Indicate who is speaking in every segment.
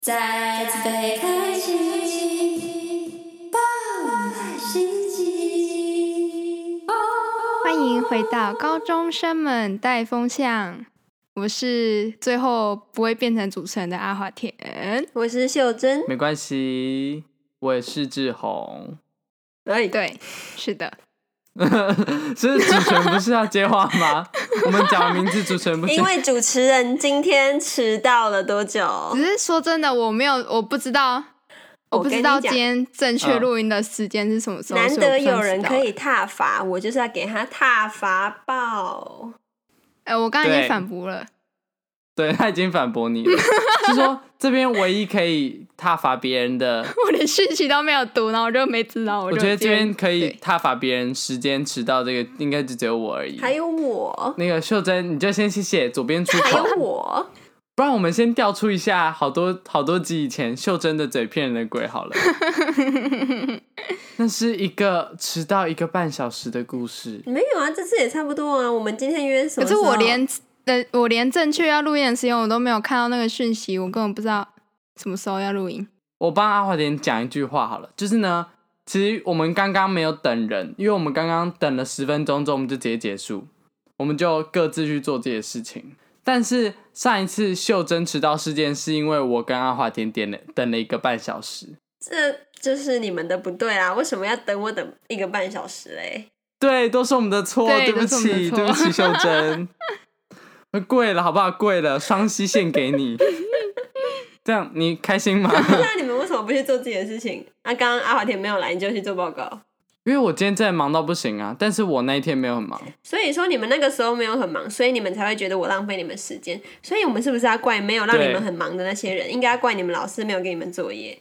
Speaker 1: 再次被开启，爆满心机。
Speaker 2: 欢迎回到高中生们带风向，我是最后不会变成主持人的阿华田。
Speaker 3: 我是秀珍，
Speaker 4: 没关系，我也是志宏。
Speaker 3: 哎，
Speaker 2: 对，是的，
Speaker 4: 是主持人不是要接话吗？我们讲名字，主持人不接
Speaker 3: 因。为主持人今天迟到了多 久
Speaker 2: 只？是说真的，我没有，我不知道，
Speaker 3: 我
Speaker 2: 我不
Speaker 3: 跟
Speaker 2: 知
Speaker 3: 你
Speaker 2: 道今
Speaker 3: 讲
Speaker 2: 天正确
Speaker 4: 嗯
Speaker 2: 录音的时间是什么时候。
Speaker 3: 难
Speaker 2: 所以我
Speaker 3: 得
Speaker 2: 不算
Speaker 3: 有人
Speaker 2: 迟到
Speaker 3: 可
Speaker 2: 了
Speaker 3: 以，踏伐，我就是要给他踏伐爆。
Speaker 2: 呃，我刚刚已经
Speaker 4: 对
Speaker 2: 反驳了，
Speaker 4: 对他已经反驳你了，是说这边唯一可以挞伐别人的，
Speaker 2: 我连讯息都没有读，然后我就没知道。我
Speaker 4: 我
Speaker 2: 就
Speaker 4: 觉得
Speaker 2: 直
Speaker 4: 这
Speaker 2: 接
Speaker 4: 边可以
Speaker 2: 对
Speaker 4: 挞伐别人时间迟到这个，应该就只有我而已。
Speaker 3: 还有我，
Speaker 4: 那个秀珍，你就先谢谢左边出
Speaker 3: 还有
Speaker 4: 口，
Speaker 3: 我，
Speaker 4: 不然我们先调出一下好多好多集以前秀珍的嘴骗人的鬼 好了。那是一个迟到一个半小时的故事，
Speaker 3: 没有啊，这次也差不多啊。我们今天约什
Speaker 2: 可
Speaker 3: 么时
Speaker 2: 是
Speaker 3: 候？
Speaker 2: 我连呃，我连正确要录音的时间我都没有看到那个讯息，我根本不知道什么时候要录音。
Speaker 4: 我帮阿华田讲一句话好了，就是呢，其实我们刚刚没有等人，因为我们刚刚等了十分钟之后，我们就直接结束，我们就各自去做自己的事情。但是上一次秀珍迟到事件，是因为我跟阿华田点了等了一个半小时。
Speaker 3: 这就是你们的不对啊！为什么要等我等一个半小时嘞？
Speaker 4: 对，都是我们的错，
Speaker 2: 对
Speaker 4: 对不
Speaker 2: 都是我们的
Speaker 4: 起，
Speaker 2: 错
Speaker 4: 对不起，秀珍， 跪了好不好？跪了，双膝献给你。这样你开心吗？
Speaker 3: 那你们为什么不去做自己的事情？啊，刚刚阿华田没有来，你就去做报告。
Speaker 4: 因为我今天真的忙到不行啊，但是我那一天没有很忙。
Speaker 3: 所以说你们那个时候没有很忙，所以你们才会觉得我浪费你们时间。所以我们是不是要怪没有让
Speaker 4: 对
Speaker 3: 你们很忙的那些人？应该要怪你们老师没有给你们作业。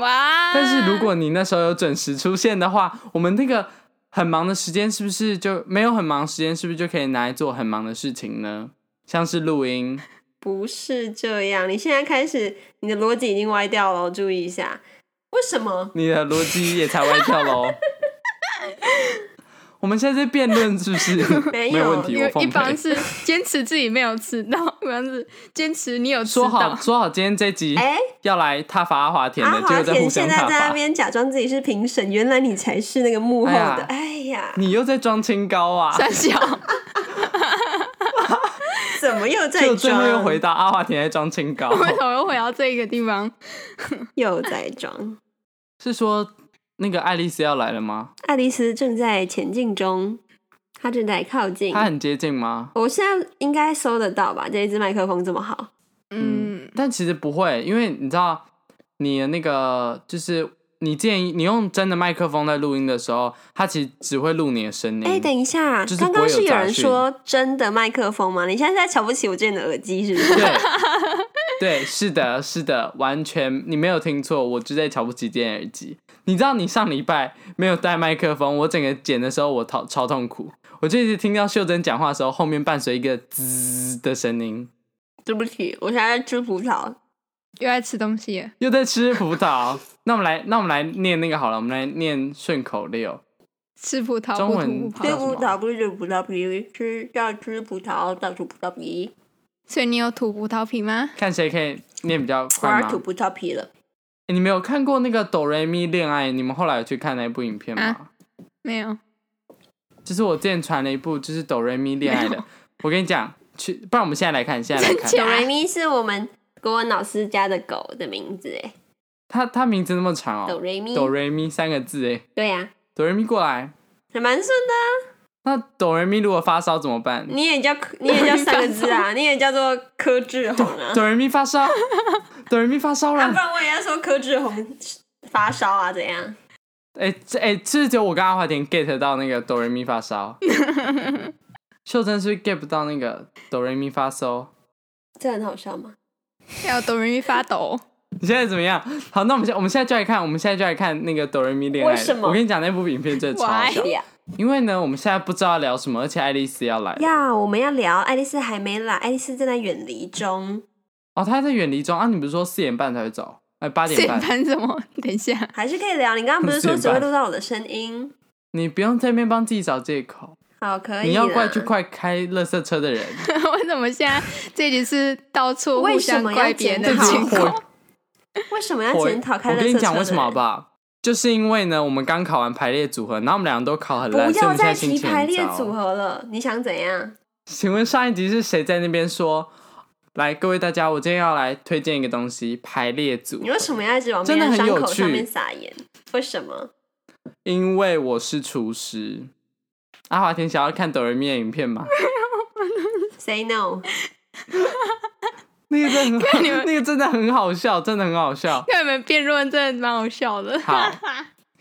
Speaker 2: 哇！
Speaker 4: 但是如果你那时候有准时出现的话，我们那个很忙的时间是不是就没有很忙时间？是不是就可以拿来做很忙的事情呢？像是录音，
Speaker 3: 不是这样，你现在开始，你的逻辑已经歪掉了哦，注意一下。为什么？
Speaker 4: 你的逻辑也才歪掉喽。 我们现在在辩论是不是？
Speaker 3: 没有
Speaker 4: 有 问题，我
Speaker 2: 有一
Speaker 4: 奉陪
Speaker 2: 方。是坚持自己没有吃到，一方是坚持你有吃
Speaker 4: 说好啊
Speaker 2: 到。
Speaker 4: 说好，今天这集
Speaker 3: 哎、
Speaker 4: 要来踏伐阿华田
Speaker 3: 阿
Speaker 4: 的，结
Speaker 3: 华
Speaker 4: 果在
Speaker 3: 田
Speaker 4: 互
Speaker 3: 现
Speaker 4: 相
Speaker 3: 在
Speaker 4: 踏
Speaker 3: 在那
Speaker 4: 伐。
Speaker 3: 边假装自己是评审，原来你才是那个幕后的。哎呀，
Speaker 4: 你又在装清高啊！
Speaker 2: 三 小，
Speaker 3: 怎么又在
Speaker 4: 就最后
Speaker 3: 装？
Speaker 4: 又回到阿华田在装清高，
Speaker 2: 为什么又回到这个地方？
Speaker 3: 又在装。
Speaker 4: 是说那个爱丽丝要来了吗？
Speaker 3: 爱丽丝正在前进中，她正在靠近
Speaker 4: 她。很接近吗？
Speaker 3: 我现在应该搜得到吧？这一支麦克风这么好，
Speaker 2: 嗯，
Speaker 4: 但其实不会，因为你知道你的那个就是你建议你用真的麦克风在录音的时候，它其实只会录你的声音。
Speaker 3: 哎、等一下，
Speaker 4: 就是
Speaker 3: 刚
Speaker 4: 不
Speaker 3: 刚
Speaker 4: 会有
Speaker 3: 是有
Speaker 4: 杂
Speaker 3: 人
Speaker 4: 讯
Speaker 3: 说真的麦克风吗？你现在是在瞧不起我之前的耳机是不是？
Speaker 4: 对对，是的，是的，完全你没有听错，我就在瞧不起这件耳机。你知道你上礼拜没有带麦克风，我整个剪的时候我超超痛苦，我就一直听到秀珍讲话的时候，后面伴随一个滋的声音，
Speaker 3: 对不起，我现在在吃葡萄。
Speaker 2: 又爱吃东西了。
Speaker 4: 又在吃葡萄。 那我们来，那我们来念那个好了，我们来念顺口溜。
Speaker 2: 吃葡萄
Speaker 4: 中
Speaker 2: 不
Speaker 4: 文
Speaker 2: 吐不
Speaker 4: 对
Speaker 3: 吃
Speaker 2: 跑，
Speaker 3: 葡萄不是葡萄皮，吃要吃葡萄要吐葡萄皮。
Speaker 2: 所以你有吐葡萄皮吗？
Speaker 4: 看谁可以念比较
Speaker 3: 我
Speaker 4: 快
Speaker 3: 要
Speaker 4: 吗
Speaker 3: 吐？葡萄皮 了。
Speaker 4: 欸你们有看过那个《哆瑞咪恋爱》？你们后来有去看那部影片吗？
Speaker 2: 啊没有，
Speaker 4: 就是我之前传了一部，就是《哆瑞咪恋爱》
Speaker 2: 没
Speaker 4: 的。 我跟你讲，去，不然我们现在来看，现在来看
Speaker 2: 假。
Speaker 3: 哆瑞咪是我们国文老师家的狗的名字，哎，
Speaker 4: 它它名字那么长
Speaker 3: 哆
Speaker 4: 哦，
Speaker 3: 瑞咪，
Speaker 4: 哆瑞咪三个字哎，
Speaker 3: 对呀、
Speaker 4: 哆瑞咪过来。
Speaker 3: 还蛮顺的啊。
Speaker 4: 那哆瑞咪如果发烧怎么办？
Speaker 3: 你也叫 柯你也叫三个字啊，你也叫做柯志宏啊，
Speaker 4: 哆瑞咪 发烧，哆瑞咪发烧
Speaker 3: 啊不
Speaker 4: 了。
Speaker 3: 然我也要说柯志宏发烧啊，怎样？
Speaker 4: 哎、这哎、这是只有我跟阿华田 get 到那个哆瑞咪 发烧。秀珍是不是 get 不到那个哆瑞咪发烧。
Speaker 3: 这很好笑吗？
Speaker 2: 要哆瑞咪发抖。
Speaker 4: 你现在怎么样？好，那我们现我们现在就来看，我们现在就来看那个《哆瑞咪恋爱》。
Speaker 3: 为什么
Speaker 4: 我跟你讲，那部影片真的超好笑
Speaker 2: Why？。
Speaker 3: 哎呀
Speaker 4: 因为呢，我们现在不知道要聊什么，而且爱丽丝要来
Speaker 3: 呀，我们要聊爱丽丝还没来，爱丽丝正在远离中，
Speaker 4: 哦，她在远离中啊。你不是说四点半才会走？哎，八
Speaker 2: 四
Speaker 4: 点
Speaker 2: 点
Speaker 4: 半。
Speaker 2: 半什么？等一下，
Speaker 3: 还是可以聊。你刚刚不是说
Speaker 4: 四
Speaker 3: 只
Speaker 4: 点
Speaker 3: 会
Speaker 4: 半
Speaker 3: 录到我的声音？
Speaker 4: 你不用在那边帮自己找借口，
Speaker 3: 好，可以啦。
Speaker 4: 你要怪就怪开垃圾车的人，
Speaker 2: 为什么现在这集是到处
Speaker 3: 为
Speaker 2: 互
Speaker 3: 什
Speaker 2: 相
Speaker 3: 么要
Speaker 2: 怪别人的
Speaker 3: 检讨
Speaker 2: 情
Speaker 4: 这
Speaker 2: 况？
Speaker 4: 火
Speaker 3: 为什么要
Speaker 4: 我
Speaker 3: 检讨开
Speaker 4: 我
Speaker 3: 乐色
Speaker 4: 跟你
Speaker 3: 车的
Speaker 4: 讲
Speaker 3: 人？
Speaker 4: 为什么好不好？就是因为呢，我们刚考完排列组合，然后我们两个都考很
Speaker 3: 不
Speaker 4: 烂，所以我
Speaker 3: 要
Speaker 4: 们现
Speaker 3: 再
Speaker 4: 在心
Speaker 3: 提
Speaker 4: 情
Speaker 3: 排
Speaker 4: 很
Speaker 3: 列
Speaker 4: 糟
Speaker 3: 组合了，你想怎样？
Speaker 4: 请问上一集是谁在那边说？来，各位大家，我今天要来推荐一个东西——排列组合
Speaker 3: 你。为什么要一直往别
Speaker 4: 真的
Speaker 3: 人
Speaker 4: 很
Speaker 3: 伤
Speaker 4: 有
Speaker 3: 口上
Speaker 4: 趣
Speaker 3: 面撒盐？为什么？
Speaker 4: 因为我是厨师。阿华田想要看抖音面影 片吗？
Speaker 3: Say no！
Speaker 4: 那个真的
Speaker 2: 你
Speaker 4: 很，
Speaker 2: 们
Speaker 4: 那个真的很好笑，真的很 好笑。
Speaker 2: 看你们辩论真的蛮好笑 的。
Speaker 4: 好，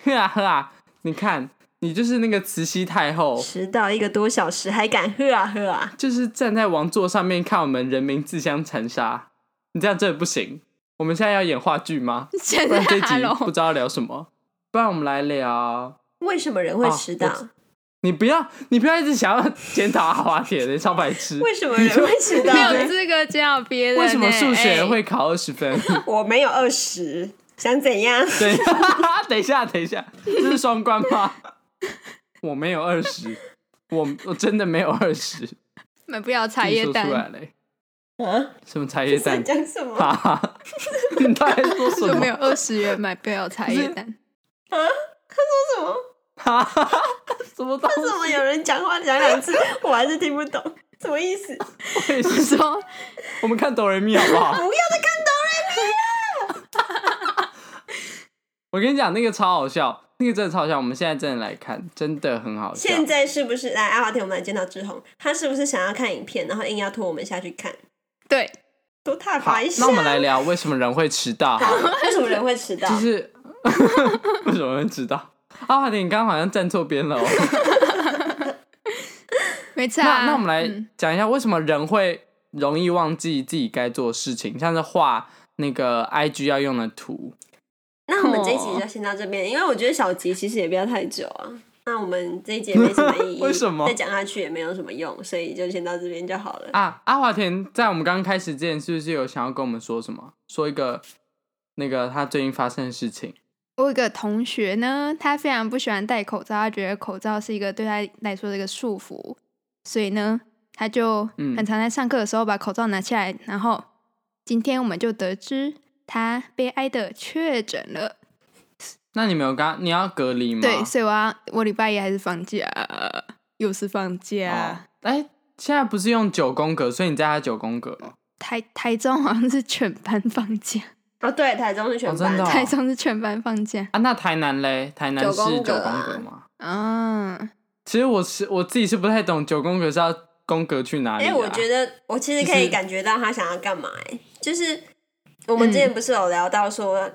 Speaker 4: 呵啊呵啊！你看，你就是那个慈禧 太后，
Speaker 3: 迟到一个多小时还敢喝啊喝啊！
Speaker 4: 就是站在王座上面看我们人民自相残杀。你这样真的不行。我们现在要演话 剧吗？
Speaker 2: 现
Speaker 4: 不
Speaker 2: 在
Speaker 4: 然这一
Speaker 2: 哈
Speaker 4: 集
Speaker 2: 喽
Speaker 4: 不知道聊什么。不然我们来聊
Speaker 3: 为什么人会
Speaker 4: 哦
Speaker 3: 迟到？
Speaker 4: 我你不要，你不要一直想要检讨阿华田的超 白痴。
Speaker 3: 为什么人会迟到
Speaker 2: 没？有资格这样别人呢。
Speaker 4: 为什么数学
Speaker 2: 哎
Speaker 4: 会考二十分？
Speaker 3: 我没有二十，想怎样？
Speaker 4: 对， 等一下，等一下，这是双关吗？我没有二十，我我真的没有二十，
Speaker 2: 买不了茶
Speaker 4: 自己
Speaker 2: 叶
Speaker 4: 说出来
Speaker 2: 蛋，
Speaker 4: 嘞。
Speaker 3: 啊？
Speaker 4: 什么茶叶蛋
Speaker 3: 想？讲什么？
Speaker 4: 哈哈，你到底在说什
Speaker 2: 就没
Speaker 4: 么？
Speaker 2: 有二十元买不了茶叶蛋。
Speaker 3: 什么？
Speaker 4: 哈哈，什么东
Speaker 3: 为什么有人讲话讲两次，我还是听不懂？ 什么意思？不
Speaker 4: 西？
Speaker 2: 你说
Speaker 4: 我们看哆来咪好不
Speaker 3: 要
Speaker 4: 好？
Speaker 3: 再看
Speaker 4: 我跟你讲，那个超好笑，那个真的超好笑。我们现在真的来看，真的很好笑。
Speaker 3: 现在是不是来阿华田？我们来见到志宏，他是不是想要看影片，然后硬要拖我们下去看？
Speaker 2: 对，
Speaker 3: 多踏
Speaker 4: 好
Speaker 3: 伐一，下
Speaker 4: 那我。们来聊为什么人会迟到好了。
Speaker 3: 为什么人会迟到？
Speaker 4: 就是 为什么会知道？阿华啊田，你刚刚好像站错边了哦。
Speaker 2: 没差啊。
Speaker 4: 那那我们来
Speaker 2: 嗯
Speaker 4: 讲一下，为什么人会容易忘记自己该做的事情，像是画那个 IG 要用的图。
Speaker 3: 那我们这一集就先到这边，因为我觉得小集其实也不要太久啊。那我们这一集也没什么意义，
Speaker 4: 为什么
Speaker 3: 再讲下去也没有什么用，所以就先到这边就好了。
Speaker 4: 啊，阿华田在我们刚刚开始之前，是不是有想要跟我们说什么？说一个那个他最近发生的事情。
Speaker 2: 我有一个同学呢，他非常不喜欢戴口罩，他觉得口罩是一个对他来说的一个束缚，所以呢，他就
Speaker 4: 嗯
Speaker 2: 很常在上课的时候把口罩拿下来。然后今天我们就得知他悲哀的确诊了，
Speaker 4: 那你们有刚你要隔离吗？
Speaker 2: 对，所以我要我礼拜一还是放假，又是放
Speaker 4: 哦
Speaker 2: 假。
Speaker 4: 哎、现在不是用九宫格，所以你在他九宫格哦
Speaker 2: 台台中好像是全班放假，
Speaker 3: 哦，对，台中是全班，
Speaker 4: 哦真的哦
Speaker 2: 台中是全班放假
Speaker 4: 啊？那台南嘞？台南
Speaker 3: 九
Speaker 4: 是
Speaker 3: 宫
Speaker 4: 九
Speaker 3: 格啊
Speaker 4: 宫格吗？
Speaker 2: 啊。
Speaker 4: 其实我是我自己是不太懂九宫格是要宫格去哪里、
Speaker 3: 哎、
Speaker 4: 啊。
Speaker 3: 我觉得我其实可
Speaker 4: 就
Speaker 3: 以
Speaker 4: 是
Speaker 3: 感觉到他想要干嘛、哎，就是我们之
Speaker 2: 嗯
Speaker 3: 前不是有聊到说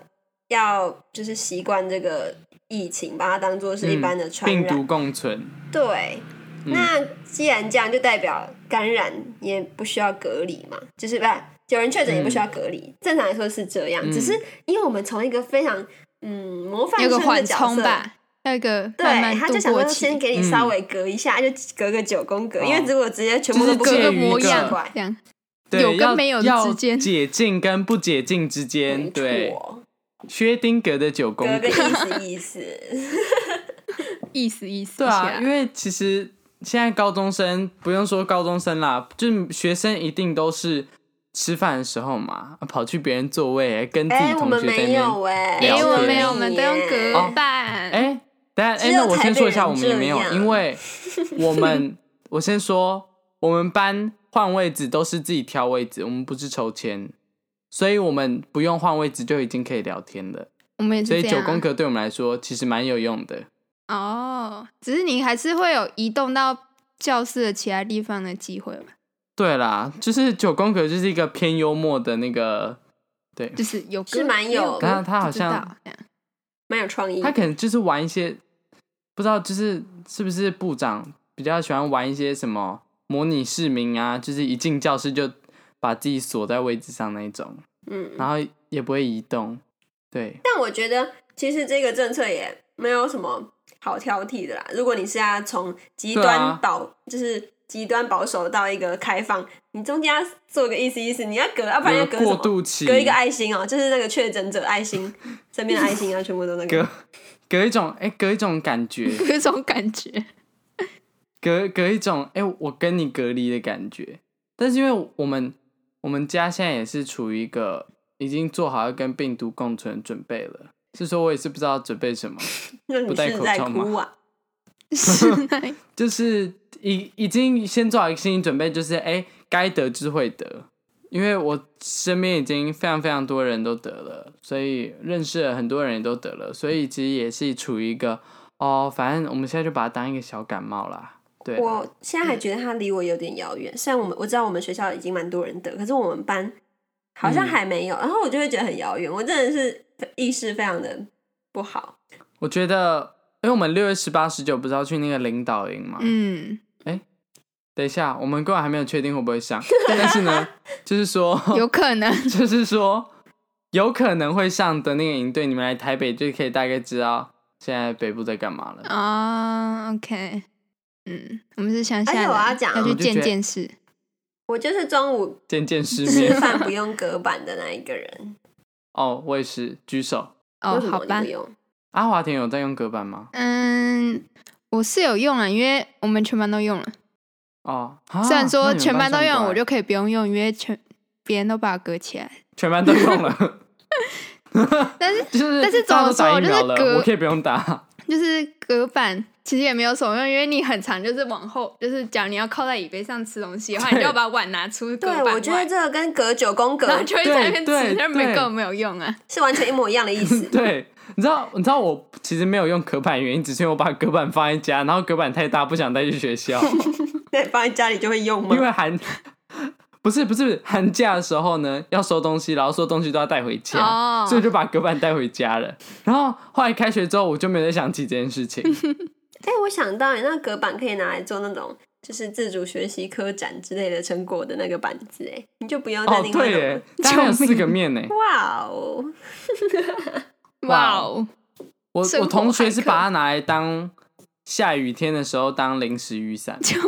Speaker 3: 要就是习惯这个疫情，把它当做是一
Speaker 2: 嗯
Speaker 3: 般的传
Speaker 4: 病
Speaker 3: 染。
Speaker 4: 毒共存，
Speaker 3: 对，那既然这样，就代表感染也不需要隔离嘛，就是不有人确诊也
Speaker 2: 嗯
Speaker 3: 不需要隔离，正常来说是这样。
Speaker 4: 嗯
Speaker 3: 只是因为我们从一个非常嗯模范
Speaker 2: 有个
Speaker 3: 生的
Speaker 2: 缓
Speaker 3: 角
Speaker 2: 冲
Speaker 3: 色，
Speaker 2: 吧，要有个
Speaker 3: 对
Speaker 2: 慢，慢
Speaker 3: 他
Speaker 2: 度
Speaker 3: 就想
Speaker 2: 过
Speaker 3: 说
Speaker 2: 期。嗯
Speaker 3: 先给你稍微隔一下，就隔个九宫格，因为
Speaker 4: 哦
Speaker 3: 如果直接全
Speaker 4: 就
Speaker 3: 部
Speaker 4: 是
Speaker 3: 都不
Speaker 4: 隔
Speaker 3: 隔
Speaker 2: 各
Speaker 4: 介
Speaker 2: 个
Speaker 4: 于
Speaker 2: 模
Speaker 4: 一个
Speaker 2: 样
Speaker 3: 怪
Speaker 2: 这样。
Speaker 4: 对
Speaker 2: 有跟
Speaker 4: 要
Speaker 2: 没有之
Speaker 4: 要
Speaker 2: 间
Speaker 4: 解禁跟不解禁之
Speaker 3: 没
Speaker 4: 间，对，
Speaker 3: 错
Speaker 4: 薛丁格的九宫
Speaker 3: 隔个
Speaker 4: 格，
Speaker 3: 意思意 思。
Speaker 2: 意思意思
Speaker 4: 对
Speaker 2: 一下。
Speaker 4: 啊，因为其实现在高中生不用说高中生啦，就是学生一定都是吃饭的时候嘛，跑去别人座位跟自
Speaker 3: 哎、
Speaker 4: 己
Speaker 3: 我
Speaker 4: 同
Speaker 3: 们
Speaker 4: 学在那
Speaker 3: 没
Speaker 4: 边。
Speaker 3: 有哎、
Speaker 4: 聊
Speaker 2: 哎，
Speaker 4: 天
Speaker 2: 我们有，我们都用
Speaker 4: 哦
Speaker 2: 隔板。
Speaker 4: 哎、等下，哎、
Speaker 3: 只有
Speaker 4: 那我先说一下，我们也没有
Speaker 3: 台北，人这样
Speaker 4: 因为我们， 我先说，我们班换位置都是自己挑位置，我们不是抽签，所以我们不用换位置就已经可以聊天了。
Speaker 2: 我们也
Speaker 4: 所
Speaker 2: 是
Speaker 4: 以
Speaker 2: 这
Speaker 4: 九
Speaker 2: 样
Speaker 4: 宫
Speaker 2: 啊。
Speaker 4: 格对我们来说其实蛮有用的。
Speaker 2: 哦，只是你还是会有移动到教室的其他地方的机会吧？
Speaker 4: 对啦，就是九宫格就是一个偏幽默的那个，对
Speaker 2: 就是有
Speaker 3: 是
Speaker 2: 隔
Speaker 3: 蛮
Speaker 2: 没
Speaker 3: 有
Speaker 2: 有隔，
Speaker 4: 他他好
Speaker 2: 不知道
Speaker 4: 像
Speaker 2: 这样
Speaker 3: 蛮有创意
Speaker 4: 他。可能就是玩一些，不知道就是是不是部长比较喜欢玩一些什么模拟市民啊，就是一进教室就把自己锁在位置上那一种。
Speaker 3: 嗯，
Speaker 4: 然后也不会移动。对，
Speaker 3: 但我觉得其实这个政策也没有什么好挑剔的啦。如果你是要从极
Speaker 4: 对啊
Speaker 3: 端保，就是极端保守到一个开放，你中间要做个意思意思，你要隔，啊要不然要
Speaker 4: 有
Speaker 3: 隔
Speaker 4: 个
Speaker 3: 什
Speaker 4: 过
Speaker 3: 么？
Speaker 4: 渡期，
Speaker 3: 隔一个爱心哦、就是那个确诊者爱心，身边的爱心啊，全部都那个。
Speaker 4: 隔隔一种哎、隔一种感觉，
Speaker 2: 有一种感 觉，
Speaker 4: 隔隔一种哎、我跟你隔离的感觉。但是因为我们我们家现在也是处于一个已经做好要跟病毒共存的准备了。是说我也是不知道准备什么，
Speaker 3: 那你
Speaker 4: 不戴
Speaker 3: 是
Speaker 4: 口
Speaker 3: 在
Speaker 4: 罩
Speaker 3: 哭啊？
Speaker 2: 是那
Speaker 4: 就是已已经先做好一个心理准备，就是哎，该得就是会得，因为我身边已经非常非常多人都得了，所以认识了很多人也都得了，所以其实也是处于一个哦，反正我们现在就把它当一个小感冒啦。对啊，
Speaker 3: 我现在还觉得他离我有点遥远。虽然我们我知道我们学校已经蛮多人得，可是我们班好像
Speaker 4: 嗯
Speaker 3: 还没有，然后我就会觉得很遥远。我真的是意识非常的不好。
Speaker 4: 我觉得，因为我们六月十八、十九不是要去那个领导营嘛，
Speaker 2: 嗯，
Speaker 4: 等一下，我们根本还没有确定会不会 上，但是呢，就是说，
Speaker 2: 有可能
Speaker 4: 就是说，有可能会上的那个营队，你们来台北就可以大概知道现在北部在干嘛了。
Speaker 2: 啊、o k 嗯，我们是乡下
Speaker 3: 而且
Speaker 2: 人，
Speaker 3: 我要哎啊讲
Speaker 2: 要去
Speaker 4: 我就觉
Speaker 2: 见
Speaker 4: 得
Speaker 2: 见识，
Speaker 3: 我就是中午
Speaker 4: 渐渐失
Speaker 3: 吃
Speaker 4: 眠
Speaker 3: 饭不用隔板的那一个 人。
Speaker 4: 哦，我也是，举手。
Speaker 2: 哦
Speaker 3: 为什，么
Speaker 2: 好吧
Speaker 3: 你不，用？
Speaker 4: 阿华田有在用隔板吗？
Speaker 2: 嗯，我是有用啊，因为我们全班都用了，
Speaker 4: 哦，啊
Speaker 2: 虽然
Speaker 4: 那
Speaker 2: 说
Speaker 4: 你们
Speaker 2: 全班都
Speaker 4: 上
Speaker 2: 用，
Speaker 4: 过
Speaker 2: 我
Speaker 4: 来
Speaker 2: 就可以不用用，因为全别人都把我隔起来，
Speaker 4: 全班都用了，
Speaker 2: 但是
Speaker 4: 就是
Speaker 2: 但是
Speaker 4: 大家都
Speaker 2: 怎么说
Speaker 4: 打疫苗
Speaker 2: 就是隔
Speaker 4: 了，我可以不用打。
Speaker 2: 就是隔板其实也没有什么用，因为你很长，就是往后，就是假如你要靠在椅背上吃东西的话，
Speaker 4: 对
Speaker 2: 你就要把碗拿出隔
Speaker 3: 对，
Speaker 2: 板
Speaker 3: 我觉得
Speaker 2: 外
Speaker 3: 这个跟隔九宫格
Speaker 2: 然后就会在那边
Speaker 4: 对
Speaker 2: 吃，
Speaker 4: 对
Speaker 2: 但没
Speaker 4: 对
Speaker 2: 根本没有用啊。
Speaker 3: 是完全一模一样的意 思。
Speaker 4: 对，你知道，你知道我其实没有用隔板的原因，只是因为我把隔板放在家，然后隔板太大，不想带去 学校。
Speaker 3: 对，放在家里就会用吗
Speaker 4: 因？为寒不是不是寒假的时候呢，要收东西，然后收东西都要带回家
Speaker 2: 哦
Speaker 4: 所以就把隔板带回家了。然后后来开学之后，我就没有再想起这件 事情。
Speaker 3: 哎、我想到你那个隔板可以拿来做那种就是自主学习科展之类的成果的那个板子，哎，你就不用再
Speaker 4: 哦，
Speaker 3: 另外
Speaker 4: 对
Speaker 3: 弄了。
Speaker 4: 耶，它有四个面呢。
Speaker 3: 哇哦，
Speaker 2: 哇
Speaker 4: 哇
Speaker 2: 哦，
Speaker 4: 我
Speaker 2: 生活
Speaker 4: 我同学是
Speaker 2: 骇客
Speaker 4: 把它拿来当下雨天的时候当临时雨伞，
Speaker 2: 就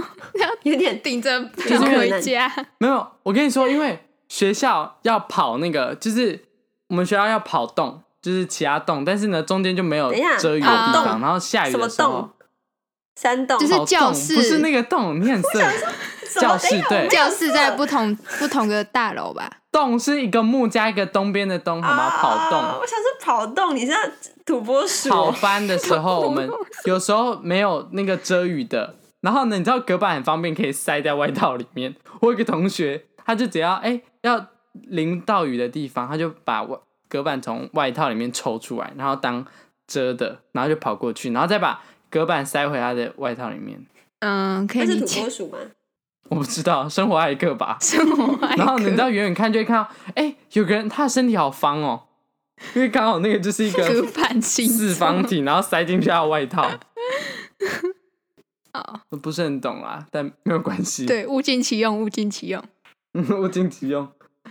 Speaker 3: 有点
Speaker 2: 顶着不
Speaker 3: 有可能
Speaker 2: 回家，
Speaker 4: 没有。我跟你说，因为学校要跑那个，就是我们学校要跑洞。就是其他洞，但是呢，中间就没有
Speaker 3: 等一下
Speaker 4: 遮雨的
Speaker 2: 跑
Speaker 4: 地
Speaker 2: 洞
Speaker 4: 方，然后下雨
Speaker 3: 什么
Speaker 4: 的时候
Speaker 3: 洞，山洞，
Speaker 2: 就是
Speaker 4: 跑
Speaker 2: 教
Speaker 4: 洞
Speaker 2: 室
Speaker 4: 不是那个洞，你很色。
Speaker 3: 什
Speaker 4: 教
Speaker 3: 么哎
Speaker 4: 室对
Speaker 2: 教室在不同不同的大楼吧？
Speaker 4: 洞是一个木加一个东边的东，好吗？跑
Speaker 3: 啊
Speaker 4: 洞。
Speaker 3: 我想说跑动，你是要土拨鼠？
Speaker 4: 跑班的时 候，我们有时候没有那个遮雨的，然后呢，你知道隔板很方便，可以塞在外套里面。我有一个同学，他就只要哎、要淋到雨的地方，他就把外隔板从外套里面抽出来，然后当遮的，然后就跑过去，然后再把隔板塞回他的外套里面。
Speaker 2: 嗯，可以
Speaker 3: 那是
Speaker 2: 理
Speaker 3: 土
Speaker 2: 解。
Speaker 3: 拨鼠吗？
Speaker 4: 我不知道，生活爱课吧。
Speaker 2: 生活爱
Speaker 4: 然后你知
Speaker 2: 隔
Speaker 4: 道远远看就会看到，哎、有个人他的身体好方哦，因为刚好那个就是一个
Speaker 2: 隔板形
Speaker 4: 四方体，然后塞进去他的 外套。
Speaker 2: 哦，
Speaker 4: 我不是很懂啦，但没有关系。，
Speaker 2: 对，物尽其用，物尽其用。
Speaker 4: 物尽其用。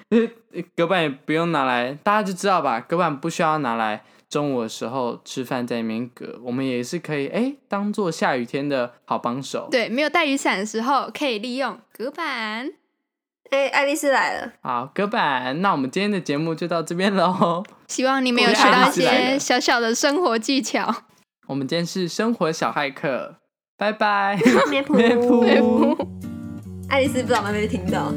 Speaker 4: 因为隔板也不用拿来，大家就知道吧。隔板不需要拿来中午的时候吃饭在那边隔，我们也是可以哎、当做下雨天的好帮手。，
Speaker 2: 对，没有带雨伞的时候可以利用隔板。
Speaker 3: 哎、爱丽丝来 了，
Speaker 4: 好，隔板，那我们今天的节目就到这边喽。
Speaker 2: 希望你们
Speaker 3: 我
Speaker 2: 有
Speaker 3: 觉
Speaker 2: 学
Speaker 3: 得
Speaker 2: 到
Speaker 3: 还
Speaker 2: 一
Speaker 3: 是来
Speaker 2: 些
Speaker 4: 的
Speaker 2: 小小的生活技巧。
Speaker 4: 我们今天是生活小骇客，拜拜。
Speaker 3: 咩噗
Speaker 4: 咩噗
Speaker 2: 对不
Speaker 3: 爱丽丝不知道有没有被听到，